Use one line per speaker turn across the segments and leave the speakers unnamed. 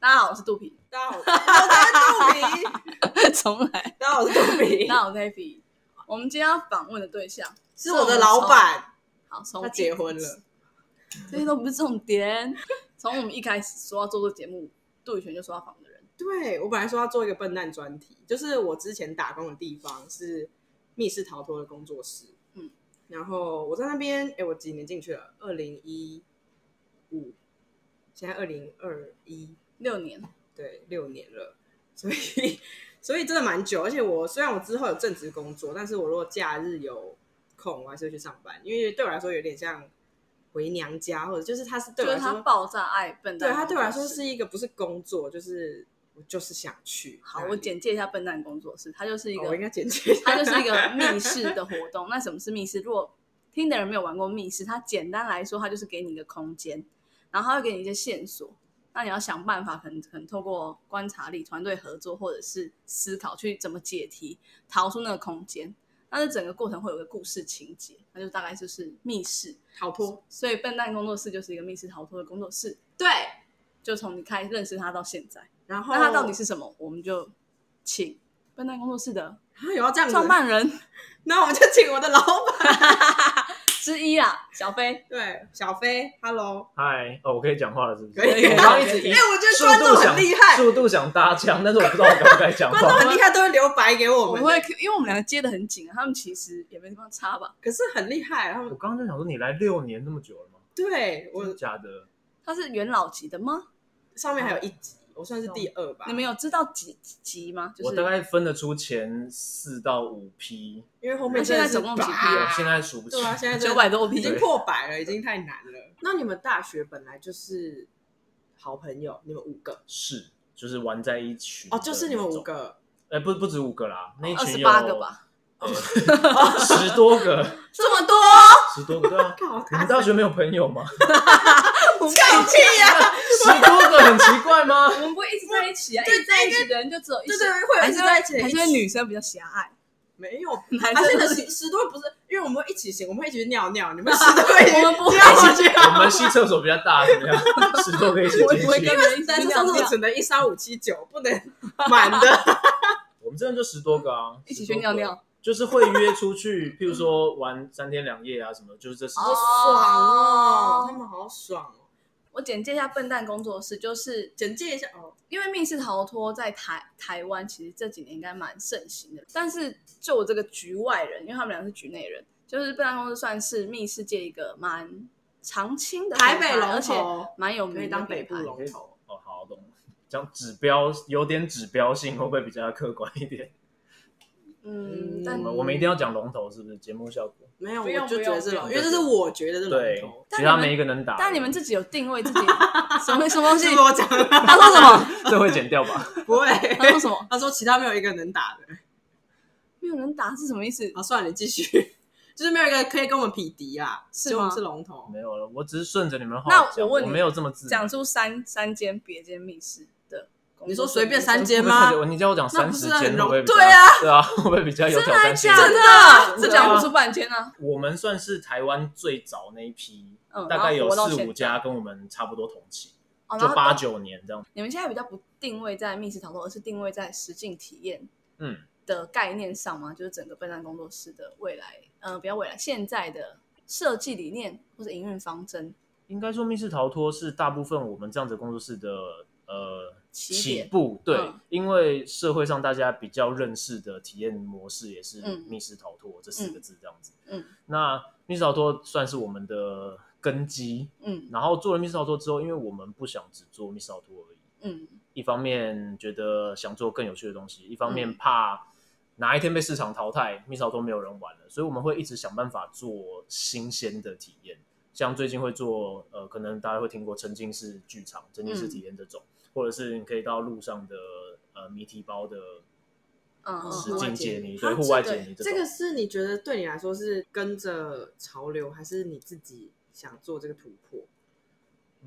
家好，我是肚 皮。
大家好，我是肚皮。
重来。
大家好，我是肚皮，
那我是 Happy。我们今天要访问的对象，
是我的老板，
好，从
他结婚了。
这些都不是重点。 从我们一开始说要做这个节目，杜宇璇就说要访的人，
对我本来说要做一个笨蛋专题，就是我之前打工的地方是密室逃脱的工作室，
嗯
嗯，然后我在那边，哎，我几年进去了？二零一五，现在二零二一，
六年，
对，六年了，所以所以真的蛮久。而且我虽然我之后有正职工作，但是我如果假日有空，我还是会去上班，因为对我来说有点像回娘家，或者就是它是对
就
我
是
来
他
说，
爆炸爱笨蛋。
对它对我来说是一个不是工作，就是我就是想去。
好，
那
我
里
简介一下笨蛋工作室，它就是一
哦
个
我应该简介一下，
它就是一个密室的活动。那什么是密室？如果听的人没有玩过密室，它简单来说，它就是给你一个空间，然后它会给你一些线索，那你要想办法，可能可能透过观察力、团队合作或者是思考去怎么解题，逃出那个空间。那这整个过程会有一个故事情节，那就大概就是密室。
逃脱。
所以笨蛋工作室就是一个密室逃脱的工作室，
对，
就从你开始认识他到现在。
然后
那他到底是什么？我们就请笨蛋工作室的
啊有要这样子
创，办人
那我们就请我的老板，
之一啦，小飞。
对，小飞，Hello，
嗨，哦，我可以讲话了，是不是？
可以
可以
我刚刚一
可以
直
可
哎、
以
一
我觉得
速
观
度
众
想
很厉害，
速度想搭腔，但是我不知道我该不该讲
观众
话。
很厉害，都会留白给我
我
们。
们会，因为我们两个接的很紧啊，他们其实也没地方插吧。
可是很厉害，他
我
们
刚刚在想说，你来六年那么久了吗？
对
真的
我
假的？
他是元老级的吗？
上面还有一集，我算是第二吧
你，们有知道几几级吗？就
我
是
大概分得出前四到五批，
因为后面
那现在
真的是
总共几批
拔
啊
我现在数不清
对。啊，现在
九
真的
百多
已
批，
经破百了，已经太难了。那你们大学本来就是好朋友，你们五个
是，就是玩在一群
哦，就是你们五
的
个，哦
那种，哎，不不止五个啦，那一
二
群
十
有
八个，吧，
十多个，
这么多，
十多个，对
靠，
啊。你
他
们大学没有朋友吗？
我们
放屁呀！
十多个很奇怪吗？
我们不会一直在一起啊，一直在一起的人就只有一
对
些
对，，会有
还
一
是
直
会
在一起的，
还是会女生比较狭隘，
没有。
男
还是
生
你的
都是
十十多不是，因为我们会一起行，我们会一起去尿尿，你们十多会
我们不会
一起去啊
我们系厕所比较大，怎么样？十多个一起
我也
进
不会
去
跟。人一
但
起
是
尿
上厕所
尿，
只能一三五七九，不能满的。
我们真的就十多个啊，
嗯一起
10多
去尿，
个
尿，
就是会约出去， 譬如说玩三天两夜啊什么，就是这十多
哦
个。
爽哦，他们好爽哦。
我简介一下笨蛋工作室，就是
简介一下哦，
因为密室逃脱在台台湾其实这几年应该蛮盛行的，但是就我这个局外人，因为他们俩是局内人，就是笨蛋公司算是密室界一个蛮常青的
台
品牌
北龙
而且
头
蛮有名
可
的嗯
以当北
品牌
部龙头，
哦，好懂。讲指标有点指标性，会不会比较客观一点？
嗯
嗯，
但
我们我们一定要讲龙头，是不是节目效果？
没有，
不用
我就觉得是龙，
不
因
用
为这是我觉得是
对
龙头，。
其
嗯但
实
你们
他每一个能打的，
但你们自己有定位自 己什么什么东西
是？我讲的，
他说什 么？
这会剪掉吧？
不会。
他说什么？
他说其他没有一个能打的。
没有人打是什么意思？
好，算了，你继续。 就是没有一个可以跟我们匹敌啦，
是吗
所以我们是龙头。
没有了，我只是顺着你们的话
那
讲
我问你
我没有这么自
讲出三三间别间密室的工作室，
你说随便三
会
间
不会
吗
看？起来你叫我讲
那
三
不
十
是很
间会不会比较？
容对啊，
对啊，会不会比较有
真的
挑战性
假？
真
的？
真的啊
我讲不出半间啊！
我们算是台湾最早那一批，
嗯，
大概有
然后活到
四
现
五
在
家，跟我们差不多同期，
哦
就
然后
八
到
九年这样。
你们现在比较不定位在密室逃脱，而是定位在实境体验
嗯，
的概念上吗？就是整个笨蛋工作室的未来，呃，不要未来，现在的设计理念或者营运方针，
应该说密室逃脱是大部分我们这样子工作室的呃
起
起
点
步，对，
嗯
因为社会上大家比较认识的体验模式也是
嗯
密室逃脱这四个字这样子。
嗯
那密室逃脱算是我们的根基，
嗯
然后做了密室逃脱之后，因为我们不想只做密室逃脱而已，
嗯
一方面觉得想做更有趣的东西，一方
嗯
面怕哪一天被市场淘汰，密室逃脱没有人玩了，所以我们会一直想办法做新鲜的体验。像最近会做，呃，可能大家会听过沉浸式剧场、沉
嗯
浸式体验这种，或者是你可以到路上的呃谜题包的
嗯
是
实
嗯，
境解谜，
户外解谜
对
啊
户外解谜
这个
种。
是你觉得对你来说是跟着潮流，还是你自己想做这个突破？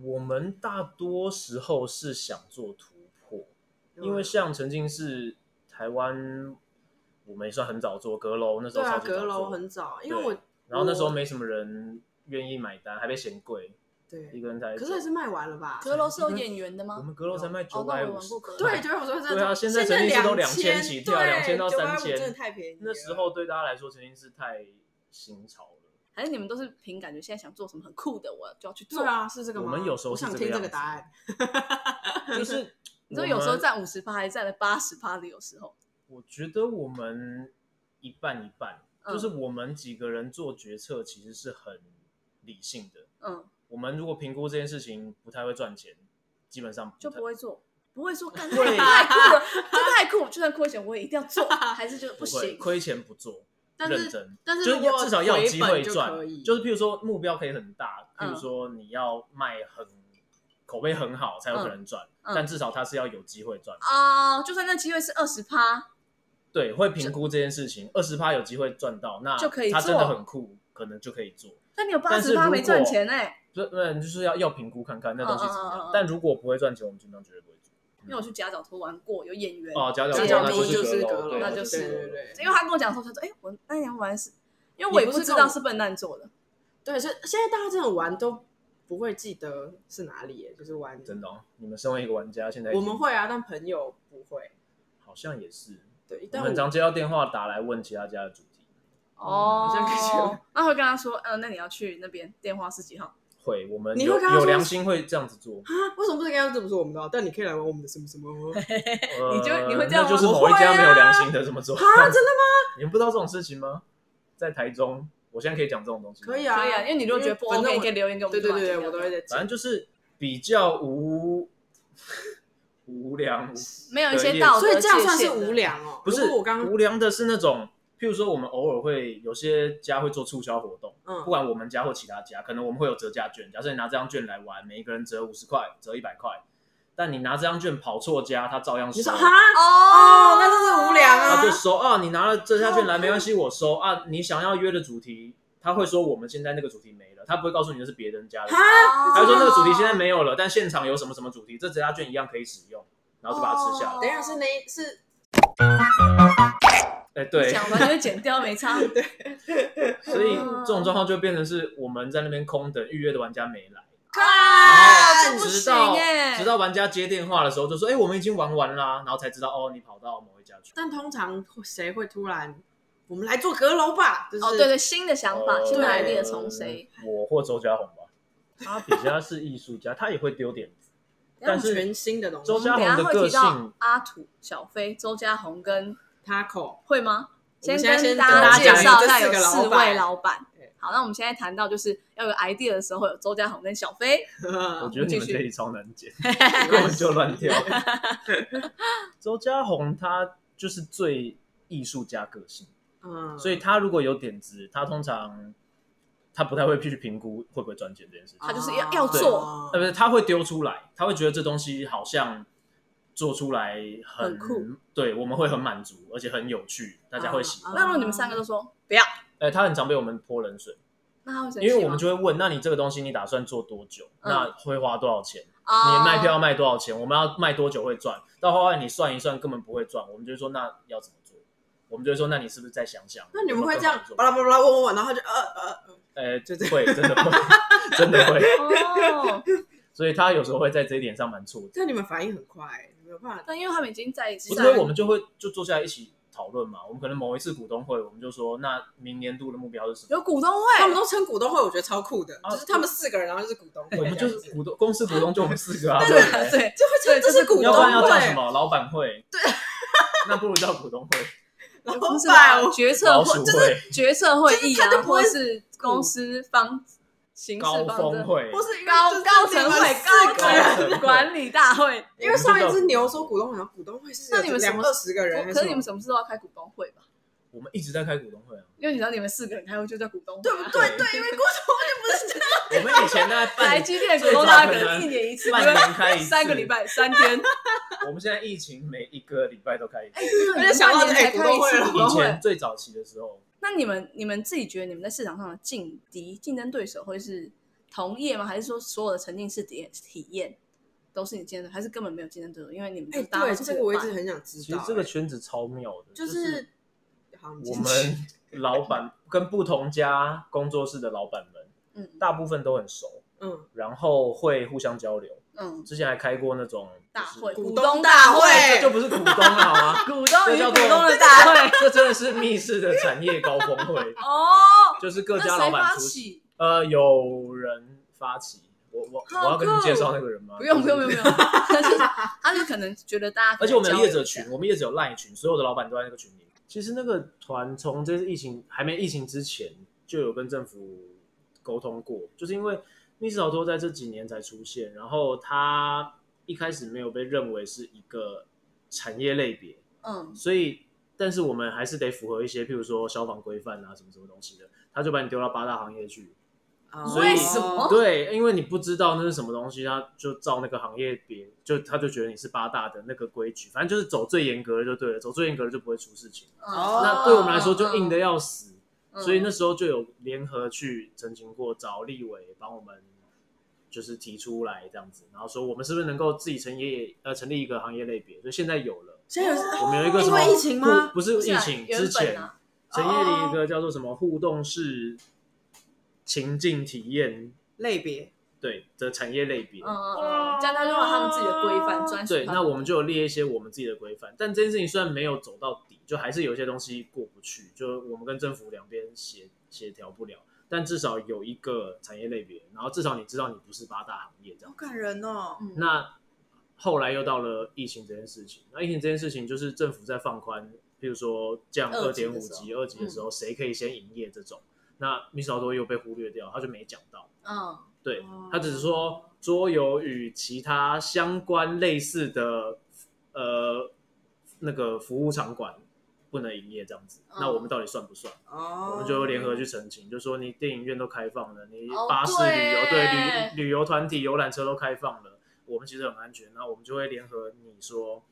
我们大多时候是想做突破，因
嗯
为像沉浸式台湾，我们也算很早做阁楼，那时
对
候超
啊，
级早
阁楼
做
很早，因为
对
哦
我
然后那时候没什么人愿意买单，还被嫌贵。一
对，
个人才。
可是还是卖完了吧？
阁楼是有演员的
我
吗？
们阁楼才卖
哦
九
那我
百
也
五
玩
十
过阁，楼
对，九百五十块。
对啊现在
在
陈奕迅都
2000
2000起跳2000到
950
3000
真的太便宜了。
那时候对大家来说曾经是太新潮了。
还是你们都是凭感觉现在想做什么很酷的，我就要去做
对。啊，是这个吗？
我们有时候
我
是
想
这个
听这
样
个
子
答案。
就是
你说有时
我
候
们
占五十趴，还占了八十趴的，有时候。
我觉得我们一半一半，
嗯
就是我们几个人做决策其实是很理性的。
嗯，
我们如果评估这件事情不太会赚钱，基本上
就
太
不会做，不会说干太
对
酷了， 这太酷了，就算亏钱我也一定要做，还是就不
不会
行。
亏钱不做，
但
认
是
真，
但是
就
如果
至少要有机会
回本就可
赚
以，
就是譬如说目标可以很大，譬
嗯
如说你要卖很口碑很好才有可能赚，
嗯
但至少它是要有机会赚。
啊、就算那机会是二十趴，
对，会评估这件事情，二十趴有机会赚到，那
就可以
它真的
做
很酷，可能就可以做。
但你有八
但是
十
如
趴
果
没赚钱哎、
就嗯，就是要要评估看看那东西怎
嗯嗯
么
嗯嗯
样
嗯。
但如果不会赚钱，我们尽量绝对不会做。
因为我去夹角托玩过，有演员，
哦，假
对
角
假角
托那
托
就
就是
阁
阁
对
楼
那就是
对
阁楼
对对
因为他跟我讲说，他说，哎、我那年玩是，因为我也不知道是笨蛋做的，
对，所以现在大家这种玩都不会记得是哪里耶，就是玩
真的哦，你们身为一个玩家，现在已
我
经
们会啊，但朋友不会。
好像也是，
对，
我
但
们很常接到电话打来问其他家的主题，
哦
这个就，
那会跟他说，嗯、那你要去那边，电话是几号？
会我们
你
有
会跟他说
有良心会这样子 做，
啊，为什么不是跟他这不是我们的？啊但你可以来玩我们的什么什么 哦？
呃
你就你会这样吗
那就是某一家没有良心的这么做
啊，真的吗？
你们不知道这种事情吗？在台中，我现在可以讲这种东西，
可以，啊，
可以啊，因为你如果觉得不
反正
OK，
我
你可以留言给我们
对
就把它
对对
剪掉。
对，我都会在
反
讲。
正就是比较无无良，
没有一
对
些
也
道德
所以这样
界
算是
限的
无良哦。
不是
如果我刚
无良的是那种，譬如说我们偶尔会有些家会做促销活动，不
嗯
管我们家或其他家，可能我们会有折价券。假设你拿这张券来玩，每一个人折五十块，折一百块，但你拿这张券跑错家，他照样
你
收
说。哈
哦
哦那就是无良啊
他就收啊，你拿了折价券来没关系，我收啊。你想要约的主题，他会说我们现在那个主题没了，他不会告诉你那是别人家的。
啊
哈，
他会说那个
哦
主题现在没有了，但现场有什么什么主题，这折价券一样可以使用，然后就把它吃下来
哦。
等一下是那一是
哎、对，
讲完就会剪掉，没差。
所以这种状况就变成是我们在那边空等预约的玩家没来，
啊，
然
这
后
不
直
行
到
哎
直到玩家接电话的时候就说：“哎、我们已经玩完啦、然后才知道哦，你跑到某一家去。
但通常谁会突然我们来做阁楼吧？就是
哦，对对，新的想
哦
法，新的
对
idea 从谁？？
我或周家宏吧。 他比较是艺术家，他也会丢点子，但是
全新的东西
周
啊等
家
一下
宏的
会
个
提到
性，
阿土、小飞、周家宏跟
taco
会吗？
我们现在
跟
先
大
跟大家
介绍
讲
一下
这
有
四个老
四位
板
老板
对。
好，那我们现在谈到就是要有 idea 的时候，有周家宏跟小飞。
我
我
觉得你
继
们
续
这里超难剪，根本就乱跳。 周家宏他就是最艺术家个性，
嗯
所以他如果有点子，他通常他不太会去评估会不会赚钱这件事情。
啊
他就是要要做
哦
呃，不是，他会丢出来，他会觉得这东西好像做出来
很
很
酷，
对，我们会很满足，而且很有趣，大家会喜欢。
哦
哎、
那如果你们三个都说不要，
他很常被我们泼冷水，
那他会生气
因
吗
为我们就会问，那你这个东西你打算做多久？
嗯
那会花多少钱？
哦
你卖票要卖多少钱？我们要卖多久会赚？到后来你算一算，根本不会赚，我们就会说那要怎么做？我们就会说，那你是不是再想想？
那你们会这
有没
样
有更
巴
好的
拉巴拉巴拉问问问，然后就呃呃呃，
做？呃，
就
就
这
会，真的会，真的会。
哦，
所以他有时候会在这一点上蛮挫折。
但你们反应很快，没有办法。
但因为他们已经在一起
不
了，
是，所以我们就会就坐下来一起讨论嘛。我们可能某一次股东会，我们就说，那明年度的目标是什么？
有股东
他们
会，
都称股东会，我觉得超酷的，
啊
就是他们四个人，然后就是股东会这
我
样
们
子，
就是股东，公司股东就我们四个啊，
对
对不对？
对，
就会
对
称这是股
你
东
要不然要叫什
会，
么？老板会？对， 那不如叫股东会。
老
不是
板
吧？
我
决策
老鼠
会就
会
是、决策会议
就是他
啊，
就不会
或是公司方形式
高
方
峰
针
会，
不是因为
高
就是
高层
你们
会、高
四个人
高层
层管理大会。
因为上一次牛说股东会，然后股东会是
那你们什
两
么
二十个人，还
不可
什
是你
么
们什么时候要开股东会吧？
我们一直在开股东会啊。
因为你知道你们四个人开会就叫股东会
对
啊、
不对？对，因为股东会不是这样，
我们以前大概
台
半，
积电股东大会可能一年一次，
半
你们
年开一次，
三个礼。拜三 天，
我们现在疫情每一个礼拜都开一次。
你
就
们
想到
半年才
哎股
开一
东会
次
了
股
以
东
前
会。
最早期的时候，
那你们你们自己觉得你们在市场上的劲敌、竞争对手会是同业吗？还是说所有的沉浸式体体验都是你竞争，还是根本没有竞争对手？因为你们就
哎，
大家都
对，
是
这个我
伙
一
伴
直很想知道。哎
其实这个圈子超妙的，
就是是好，你继
我
续
们 老板跟不同家工作室的老板们，
嗯
大部分都很熟，
嗯，
然后会互相交流。
嗯，
之前还开过那种
大
就是
会，
股
股
东
东
大
大
会
会，
这就不是股东了好吗？
股东
这
与
叫
股
做
东的大会。
这真的是密室的产业高峰会，
哦，
就是各
那
家老
谁
板
发
出席。
起？
呃，有人发起，我我
好
我要跟你
酷哦
介绍那个人吗？
不用不
就是
用不 用不用，就是他就可能觉得大家可
而
以
且我们有
交流
业者
一下
群，我们业者有赖群，所有的老板都在那个群里。其实那个团从这次疫情还没疫情之前就有跟政府沟通过，就是因为密室逃脱在这几年才出现，然后它一开始没有被认为是一个产业类别，
嗯
所以但是我们还是得符合一些，譬如说消防规范啊，什么什么东西的，他就把你丢到八大行业去。
嗯
所以
为什
哦
么
对，因为你不知道那是什么东西，他就照那个行业别，就他就觉得你是八大的那个规矩，反正就是走最严格的就对了，走最严格的就不会出事情。
嗯
哦
那对我们来说就硬的
要，
要死，
嗯
所以那时候就有联合去澄清过，找立委帮我们就是提出来这样子，然后说我们是不是能够自己成业呃成立一个行业类别，所以现在有了。
现在有
哦
我们有一个什么
因为疫情吗
互不是
不是
疫
啊
情
原
之
本
前
啊，
陈业里一个叫做什么互动式情境体验
类别，
对的产业类别。
嗯嗯嗯，这样他就有他们自己的规范专属他
对，
们。
那我们就有列一些我们自己的规范，但这件事情虽然没有走到底，就还是有一些东西过不去，就我们跟政府两边协协调不了，但至少有一个产业类别，然后至少你知道你不是八大行业这
好
样。
感人哦。
嗯
那后来又到了疫情这件事情，那疫情这件事情就是政府在放宽，比如说降二
二级
点
的
五
时候嗯
级、二级的时候，谁可以先营业这种，那密室逃脱又被忽略掉，他就没讲到。
嗯
对
哦，
他只是说桌游与其他相关类似的呃那个服务场馆不能营业这样子。
嗯
那我们到底算不算？
哦，
我们就联合去澄清，就说你电影院都开放了，你
哦
巴士旅游、
对
对旅旅游团体、游览车都开放了，我们其实很安全。那我们就会联合你说，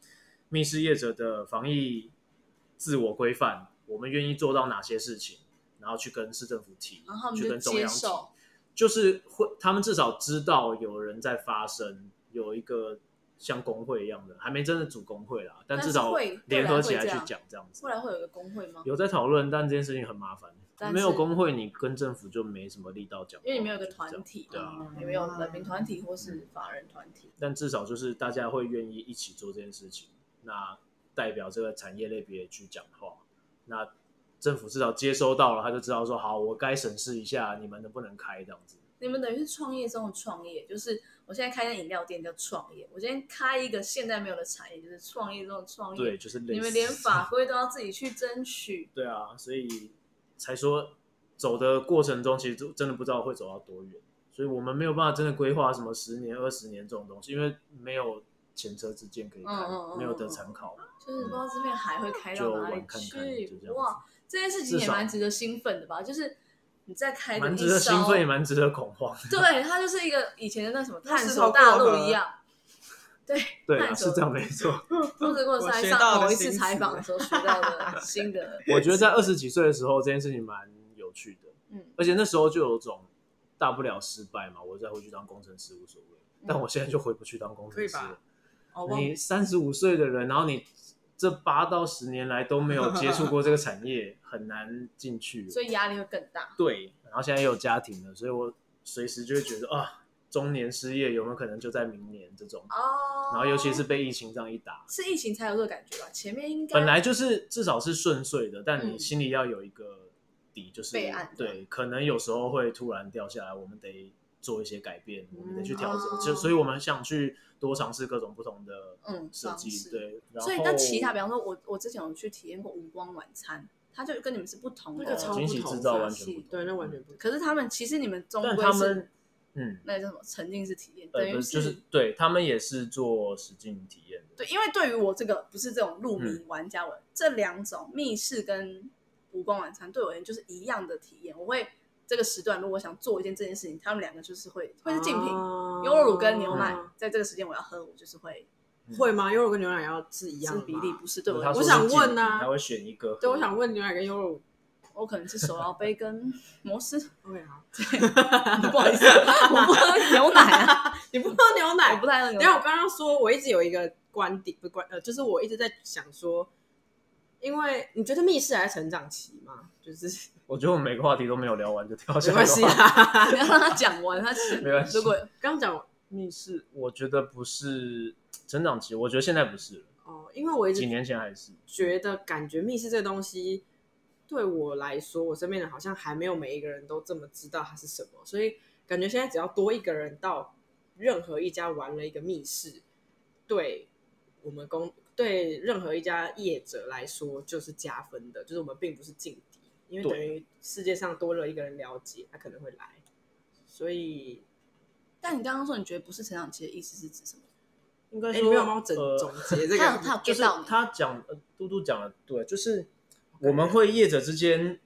密室业者的防疫自我规范，我们愿意做到哪些事情，然后去跟市政府提，
然后他们
去
就
跟中
接
央提
受，
就是会他们至少知道有人在发声，有一个像工会一样的，还没真的组工会啦，但
但
至
是
少
会
联合起来
未来会这
去
样
讲这样子
未。来会有个工会吗？
有在讨论，但这件事情很麻烦
但。是
没有工会，你跟政府就没什么力道讲话，
因为你们有个团体
就，这样对啊。
你们有人民团体或是法人团体，
但至少就是大家会愿意一起做这件事情，那代表这个产业类别去讲话，那政府至少接收到了，他就知道说好，我该审视一下你们能不能开这样子。
你们等于是创业中的创业，就是我现在开一间饮料店叫创业，我今天开一个现在没有的产业，就是创业中的创
对，
业。
就是类似
你们连法规都要自己去争取，
对啊，所以才说走的过程中，其实就真的不知道会走到多远，所以我们没有办法真的规划什么十年、二十年这种东西，因为没有前车之鉴可以看，
嗯嗯嗯
没有得参考，
就是不知道这边海会开
就
到哪里去。
玩看看，就这样
哇，
子。
这件事情也
至少
蛮值得兴奋的吧？就是你在开的
蛮
一
值得兴
艘，
奋，也蛮值得恐慌。
对，它就是一个以前的那什 么探
石
索
头
大
过
陆
河
一样。对，
对
探
啊，
索
是这样没错。
都是过
我
在
学
上
到
某
了
一次
新
采
词
访的时候学到 的新的，
我觉得在二十几岁的时候，这件事情蛮有趣的，
嗯，
而且那时候就有种大不了失败嘛，我再回去当工程师无所谓。
嗯
但我现在就回不去当工程师
可以
了
吧。哦，我
你三十五岁的人，然后你这八到十年来都没有接触过这个 产业，很难进去。
所以压力会更大。
对，然后现在也有家庭了，所以我随时就会觉得啊，中年失业有没有可能就在明年这种？
哦，
然后尤其是被疫情这样一打，
是疫情才有这个感觉吧？前面应该
本来就是至少是顺遂的，但你
嗯
心里要有一个底，就是
备案
对，可能有时候会突然掉下来，我们得做一些改变，我们得去调整。
哦
就所以我们想去多尝试各种不同的
嗯
设
方
计，
式
对。然后
所以那其他，比方说我我之前有去体验过无光晚餐，它就跟你们是不同的，
那个超
惊
不
喜
同
制造
法
完全
系
不同，
对，那完全不
可是他们其实你们终
但
归
他
是
们，嗯，
那叫什么沉浸式体验，
呃，
等于
不是就是对他们也是做实境体验的，
对，因为对于我这个不是这种入
嗯
迷玩家，我、这两种密室跟无光晚餐对我而言就是一样的体验。我会这个时段如果想做一件这件事情，他们两个就是会会是竞品，
哦
优酪乳跟牛奶、
嗯
在这个时间我要喝，我就是会
嗯
会吗？优酪乳跟牛奶要是一样
是
的
比例
吗
不是对我
他
而
说
言，
是
想
竞品
问啊
他会选一个，
对，我想，问牛奶跟优酪乳
我我可能是手摇杯跟摩斯，
，OK 好，
不好意 思，我不喝牛奶啊，
你不喝 牛
我
奶
不？太喝牛
等一下
奶。
我刚刚说，我一直有一个观点，不是观呃，就是我一直在想说，因为你觉得密室还在成长期吗？就是
我觉得我们每个话题都没有聊完，就跳
没
下一
关
个
系
话题。
啦。
你要让他讲完，他是
没关系
如果
刚讲
密室，我觉得不是成长期，我觉得现在不是了，
哦，因为我一直
几年前还是。
觉得感觉密室这东西对我来说，我身边人好像还没有每一个人都这么知道它是什么，所以感觉现在只要多一个人到任何一家玩了一个密室，对我们公对任何一家业者来说就是加分的，就是我们并不是劲敌，因为
对
等于世界上多了一个人了解，他可能会来，所以
但你刚刚说你觉得不是成长期的意思是指什么？
应该
哎，
说，
你没有帮我总
呃
总结这
他有
个
他有
就是
get 到你，
他讲，呃嘟嘟讲的对，就是我们会业者之间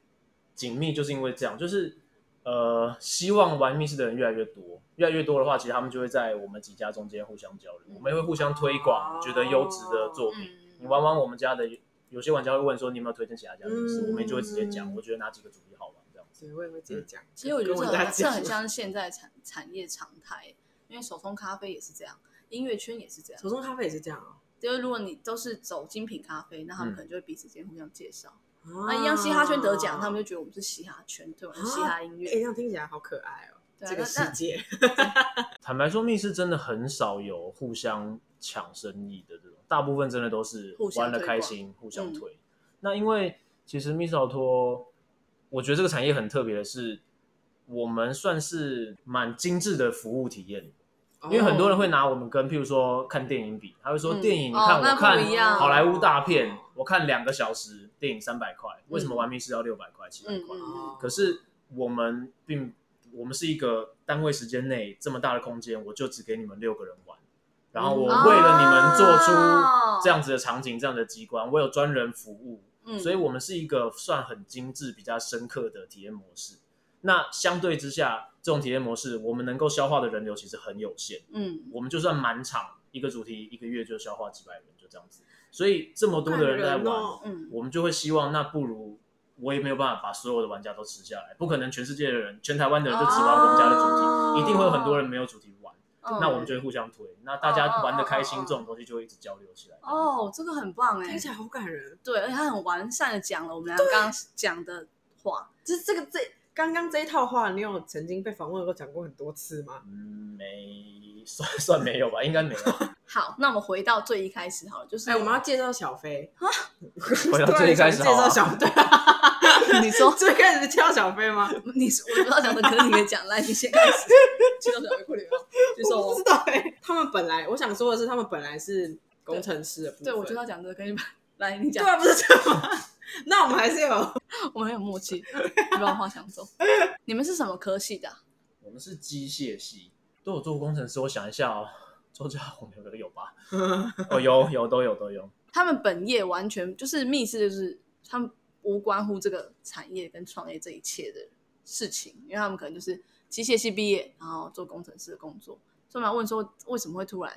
紧密，就是因为这样，就是呃，希望玩密室的人越来越多，越来越多的话，其实他们就会在我们几家中间互相交流，我们也会互相推广，
哦
觉得优质的作品，
嗯，
你玩玩我们家的，有些玩家会问说你有没有推荐其他家的密室，
嗯
我们就会直接讲，我觉得哪几个主意好玩这样子。
对，我也会直接讲。
其实我觉得
跟
这
我大
很
家
这
讲
很像是现在产产业常态，因为手冲咖啡也是这样，音乐圈也是这样。
手冲咖啡也是这样哦。
就是如果你都是走精品咖啡，那他
嗯
们可能就会彼此间互相介绍。
啊
那一样嘻哈圈得奖，他们就觉得我们是嘻哈圈，对，我们是嘻哈音
啊
哎、
乐。
这样听起来好可爱哦、
对啊
这个
那
世界，
坦白说，密室真的很少有互相抢生意的这种，大部分真的都是
互相
玩的
推
开
广
心，互相
嗯
推。那因为其实密室逃脱，我觉得这个产业很特别的是，我们算是蛮精致的服务体验，因为很
哦
多人会拿我们跟譬如说看电影比，他会说
哦嗯
电影
哦
看
那
我
不
看
一样
好莱坞大片，我看两个小时，电影三百块，为什么
嗯
玩密室要六百块、七百
嗯
块？
嗯
哦
可是我们并我们是一个单位时间内这么大的空间，我就只给你们六个人玩，然后我
嗯
为了你们做
哦
出这样子的场景、这样的机关，我有专人服务，
嗯，
所以我们是一个算很精致、比较深刻的体验模式。那相对之下，这种体验模式我们能够消化的人流其实很有限，
嗯，
我们就算满场一个主题一个月就消化几百人，就这样子。所以这么多的人在
看
玩，
哦
嗯，
我们就会希望，那不如我也没有办法把所有的玩家都吃下来，不可能全世界的人、全台湾的人就只玩我们家的主题，
哦
一定会有很多人没有主题玩。
嗯
那我们就会互相推，那大家玩的开心
哦哦哦哦，
这种东西就会一直交流起来。
哦，这个很棒哎
听，起来好感人。
对，而且他很完善的讲了我们俩刚刚讲的话，
就是这个这刚刚这一套话，你有曾经被访问的时候讲过很多次吗？
嗯，没算算没有吧，应该没有。
好，那我们回到最一开始好了，就是
哎、我们要介绍小飞 啊，
回到最一开始
介
好啊
绍 小对啊，
你说
最开始介绍小飞吗？
你说我不知道讲的，可是你可以讲，来，你先开始。去到小微库里吗？举手
我不
哦
知。道哎、他们本来我想说的是，他们本来是工程师的部分，
对，我就要讲这个，可以吧？来，你
对
讲，
啊，不是这样吗？ 那我们还是有
我们很有默契，你把我话抢走。你们是什么科系的啊？
我们是机械系，都有做过工程师。我想一下哦，周家红有有吧？
嗯
哦，有有都有都有。
他们本业完全就是密室，就是他们无关乎这个产业跟创业这一切的事情，因为他们可能就是机械系毕业，然后做工程师的工作。所以我们要问说，为什么会突然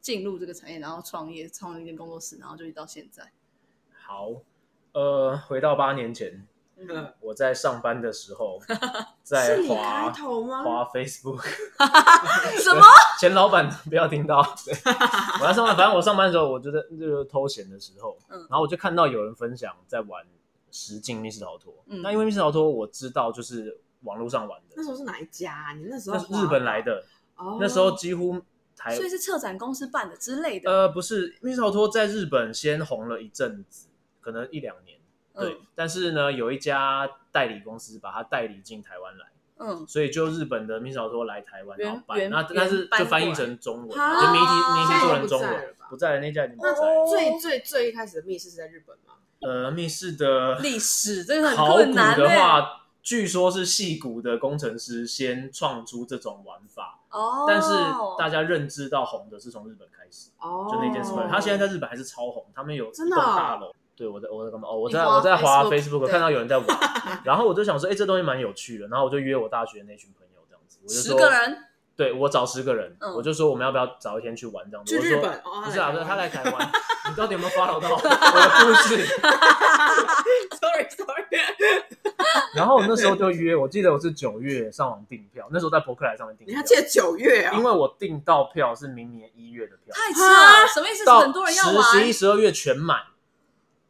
进入这个产业，然后创业，创立一间工作室，然后就一直到现在？
好，呃，回到八年前，
嗯，
我在上班的时 候，
是
在
你开
滑
头吗？
滑 Facebook，
什么？
前老板不要听 到。对，我在上班，反正我上班的时候，我觉得就是偷闲的时候，
嗯
然后我就看到有人分享在玩实境密室逃脱。
嗯
那因为密室逃脱我知道就是网络上玩
那
的，
时候是哪一家啊、你那时候
那是日本来的，
哦，
那时候几乎台
所以是策展公司办的之类的。
呃不是密室逃脱在日本先红了一阵子，可能一两年。
嗯
呃对，但是呢，有一家代理公司把它代理进台湾来。
嗯，
所以就日本的米小托来台湾，
原
然后办，
原
那但是就翻译成中文，
原
就
版
谜
啊
题谜题做成中
现在已经不在了
文
吧，
不在了那家已经不在
哦
了。
最最最一开始的密室是在日本吗？
呃，密室的
历史真的很
考古
困难
的
欸
话，据说是戏骨的工程师先创出这种玩法，
哦，
但是大家认知到红的是从日本开始，
哦，
就那间 Square，他现在在日本还是超红，他们有一
真
栋
的哦
大楼。对，我在我在干嘛？哦，我在
你滑
我在滑
Facebook，
Facebook
对
看到有 人在玩，然后我就想说，哎，这东西蛮有趣的，然后我就约我大学那群朋友这样子，我就
十
说
个人，
对我找十个人，
嗯
我就说我们要不要找一天去玩这样子？
去
我
日
说
本哦
不是啊，不是他
他 来
来台湾，你到底有没有 follow 到我的故事？
sorry sorry，
然后我那时候就约，我记得我是九月上网订票，那时候在博客来上面 订
你
票
还，记得九月啊
因？为我订到票是明年一月的票，
太扯了，什么意思？是
到
很多人要
十
玩啊
十一、十二月全满，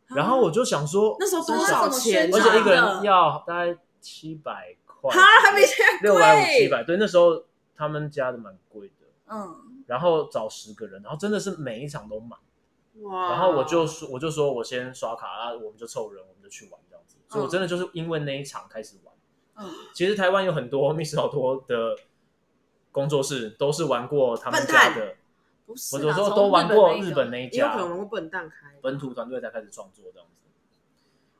然后我就想说，
啊那时候多
真的
少
假
钱
的
啊？
而且一个
真的
人要大概七百块，
哈，还没现在
六百五
贵，
七百，对，那时候他们家的蛮贵的。
嗯，
然后找十个人，然后真的是每一场都满。
哇！
然后我就说，我就说我先刷卡啊，我们就凑人，我们就去玩这样子。所以我真的就是因为那一场开始玩。
嗯，
其实台湾有很多密 室逃脱的工作室都是玩过他们家的，
不是
或
啦，
者说
从
都玩过
那
日
个
本那一
也有可能
家
我们笨蛋开，
本土团队才开始创作这样子。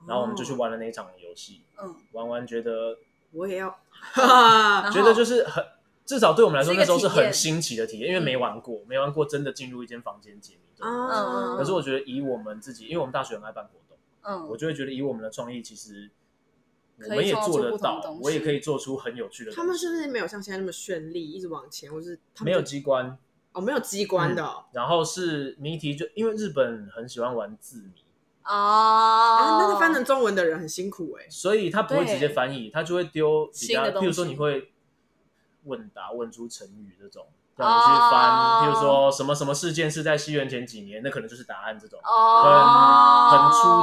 然后我们就去
哦，
玩了那一场游戏，
嗯，
玩完觉得
我也 要，啊哈 哈
然后
觉得就是很，至少对我们来说
是一
那
个
时候是
体验
很新奇的体验，因为没玩过，没玩过真的进入一间房间解谜这种东西。
嗯嗯
可是我觉得以我们自己，因为我们大学很爱办活动。
嗯
我就会觉得以我们的创意，其实我
可以
们也
创造
做
出
得
不同的
到
东，
我也
西
可以做出很有趣的
他
东
们
西。
是不是没有像现在那么绚丽，一直往前，或是他们
没有
就
机关，
哦，没有机关的哦
然后是谜题就，因为日本很喜欢玩字谜，
哦
嗯
啊，，那个翻成中文的人很辛苦哎，
所以他不会直接
对
翻译，他就会丢比
新
较，
的
譬如
东
说
西
你会问答问出成语这种，让你去
哦
翻，譬如说什么什么事件是在西元前几年，那可能就是答案这种
哦，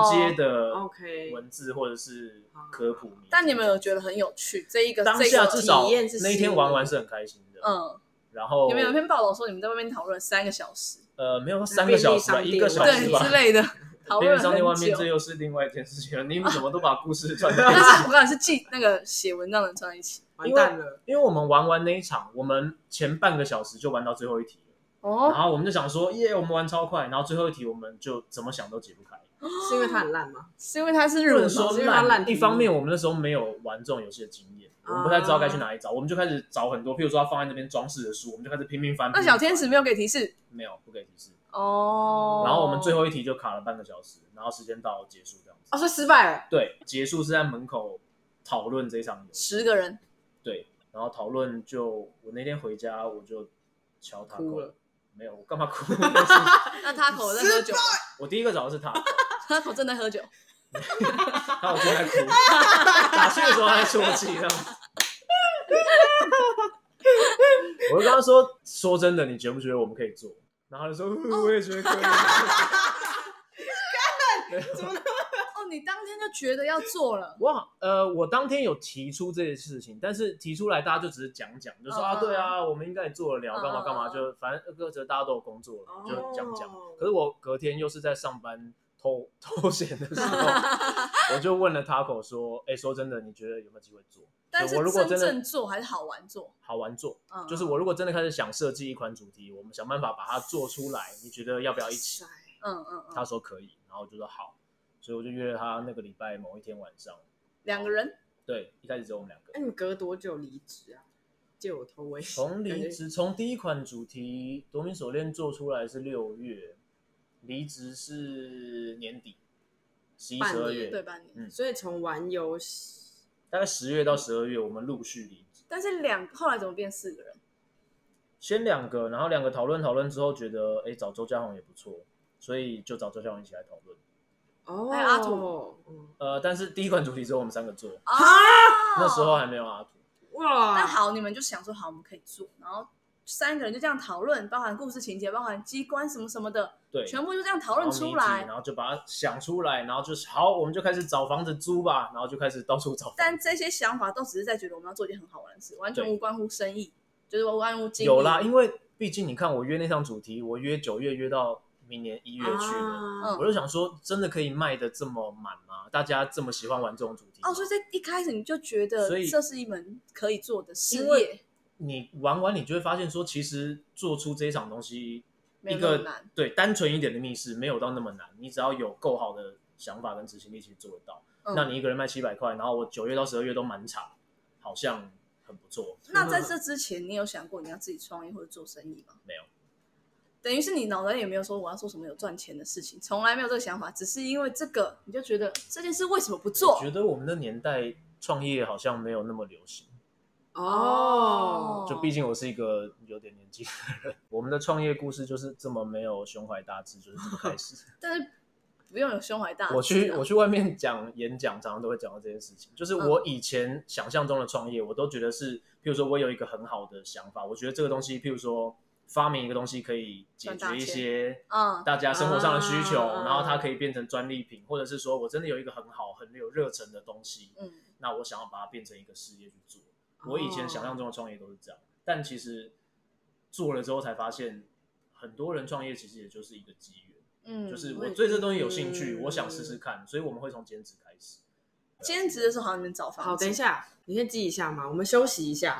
很出街。的
OK
呃文字或者是科普名词。
但你们有觉得很有趣这一个
当
这
下
个
至少
体验是
那一
新
天
的
玩完是很开心的，，
嗯，
然后
你们有一篇报道说你们在外面讨论三个小时，
呃，没有说三个小时吧，
便利商店
一个小
对
时
对
吧。
之 类的，讨
便
论
利商店外
很
面，
久
这。又是另外一件事情了。你们怎么都把故事串在一
但
起？
是我感觉是记那个写文章的人在一起
完蛋了，
因为我们玩完那一场，我们前半个小时就玩到最后一题了，
哦，
然后我们就想说，耶，我们玩超快，然后最后一题我们就怎么想都解不开。
是因为它很烂吗？
是因为他是日
不
文
能
吗
说
是因为它烂
烂，
题
一方面我们那时候没有玩这种游戏的经验，我们不太知道该去哪里找，我们就开始找很多，譬如说他放在那边装饰的书，我们就开始拼命翻。
那
拼命
小
翻
天使没有给提示
没有不给提示，
哦。
然后我们最后一题就卡了半个小时，然后时间到了结束这样子。
哦，所以失败了，
对，结束是在门口讨论这场游戏，
十个人，
对，然后讨论就我那天回家我就敲他
哭了，
没有，我干嘛哭？ 但是
那他口在喝酒吗，
我第一个找的是他，
他口正在喝酒，
他我 就在哭，打趣的时候他在啜泣，这样子。我就跟他说：“说真的，你觉不觉得我们可以做？”然后他就说：“ 呃我也觉得可以。
哦，你当天就觉得要做了，
我好呃，我当天有提出这件事情，但是提出来大家就只是讲讲，就说、啊，
嗯嗯
对啊，我们应该也做得了，干嘛
嗯嗯
干嘛，
嗯
就反正各自大家都有工作了，就讲讲。
哦
可是我隔天又是在上班偷 偷闲的 时候，我就问了 Taco 说，哎、说真的，你觉得有没有机会做？
但是
我如果
真
真
正
的
做还是好玩做，
好玩做，
嗯，
就是我如果真的开始想设计一款主题，我们想办法把它做出来，你觉得要不要一起？
塞
嗯嗯
他
嗯，
说可以，然后我就说好，所以我就约了他那个礼拜某一天晚上。
两个人，
对，一开始只有我们两个
那。你们隔多久离职啊？借我偷微信
从离职，从第一款主题《夺命手链》做出来是六月，离职是年底，十一、
半
十二
年
月，
对半年，
嗯
所以从玩游戏，
大概十月
嗯
到十二月，我们陆续离职，
但是两后来怎么变四个人？
先两个，然后两个讨论讨论之后，觉得哎找周家宏也不错，所以就找周家宏一起来讨论。
哦，
还有阿土
嗯
呃，但是第一款主题只有我们三个做，
啊，
那时候还没有阿土。
那
哇，
好，你们就想说好，我们可以做，然后三个人就这样讨论，包含故事情节，包含机关什么什么的，
对，
全部就这样讨论出
然后谜
来
题。然后就把它想出来，然后就是好，我们就开始找房子租吧，然后就开始到处找房
但
子。
这些想法都只是在觉得我们要做一件很好玩的事，完全
对
无关乎生意，就是无关乎经
有
营
啦，因为毕竟你看我约那项主题，我约九月约到明年一月去了，
啊
嗯
我就想说，真的可以卖的这么满吗？大家这么喜欢玩这种主题吗？
哦，所以在一开始你就觉得
所以
这是一门可以做的事
因为
业，
你玩完，你就会发现说，其实做出这一场东西，
没
一
有那么
个
难。
对单纯一点的密室没有到那么难，你只要有够好的想法跟执行力，其实做得到。
嗯
那你一个人卖七百块，然后我九月到十二月都满场，好像很不错。
那在这之前，你有想过你要自己创业或者做生意吗？
没有，
等于是你脑袋里也没有说我要做什么有赚钱的事情，从来没有这个想法，只是因为这个你就觉得这件事为什么不
我
做？
觉得我们的年代创业好像没有那么流行。
哦，
就毕竟我是一个有点年纪的人， 我们的创业故事就是这么没有胸怀大志，就是这么开始。
但是不用有胸怀大志啊、
我去我去外面讲演讲，常常都会讲到这件事情，就是
嗯
我以前想象中的创业，我都觉得是，譬如说我有一个很好的想法，我觉得这个东西，譬如说发明一个东西可以解决一些
嗯
大家生活上的需求，
啊
然后它可以变成专利品，或者是说我真的有一个很好、很有热忱的东西，
嗯，
那我想要把它变成一个事业去做。我以前想象中的创业都是这样，但其实做了之后才发现，很多人创业其实也就是一个机缘，
嗯，
就是
也
我
觉
对这
得
东西有兴趣，
嗯
我想试试看，所以我们会从兼职开始。
兼职的时候好像你们找房子，
好，等一，下，你先记一下嘛，我们休息一下。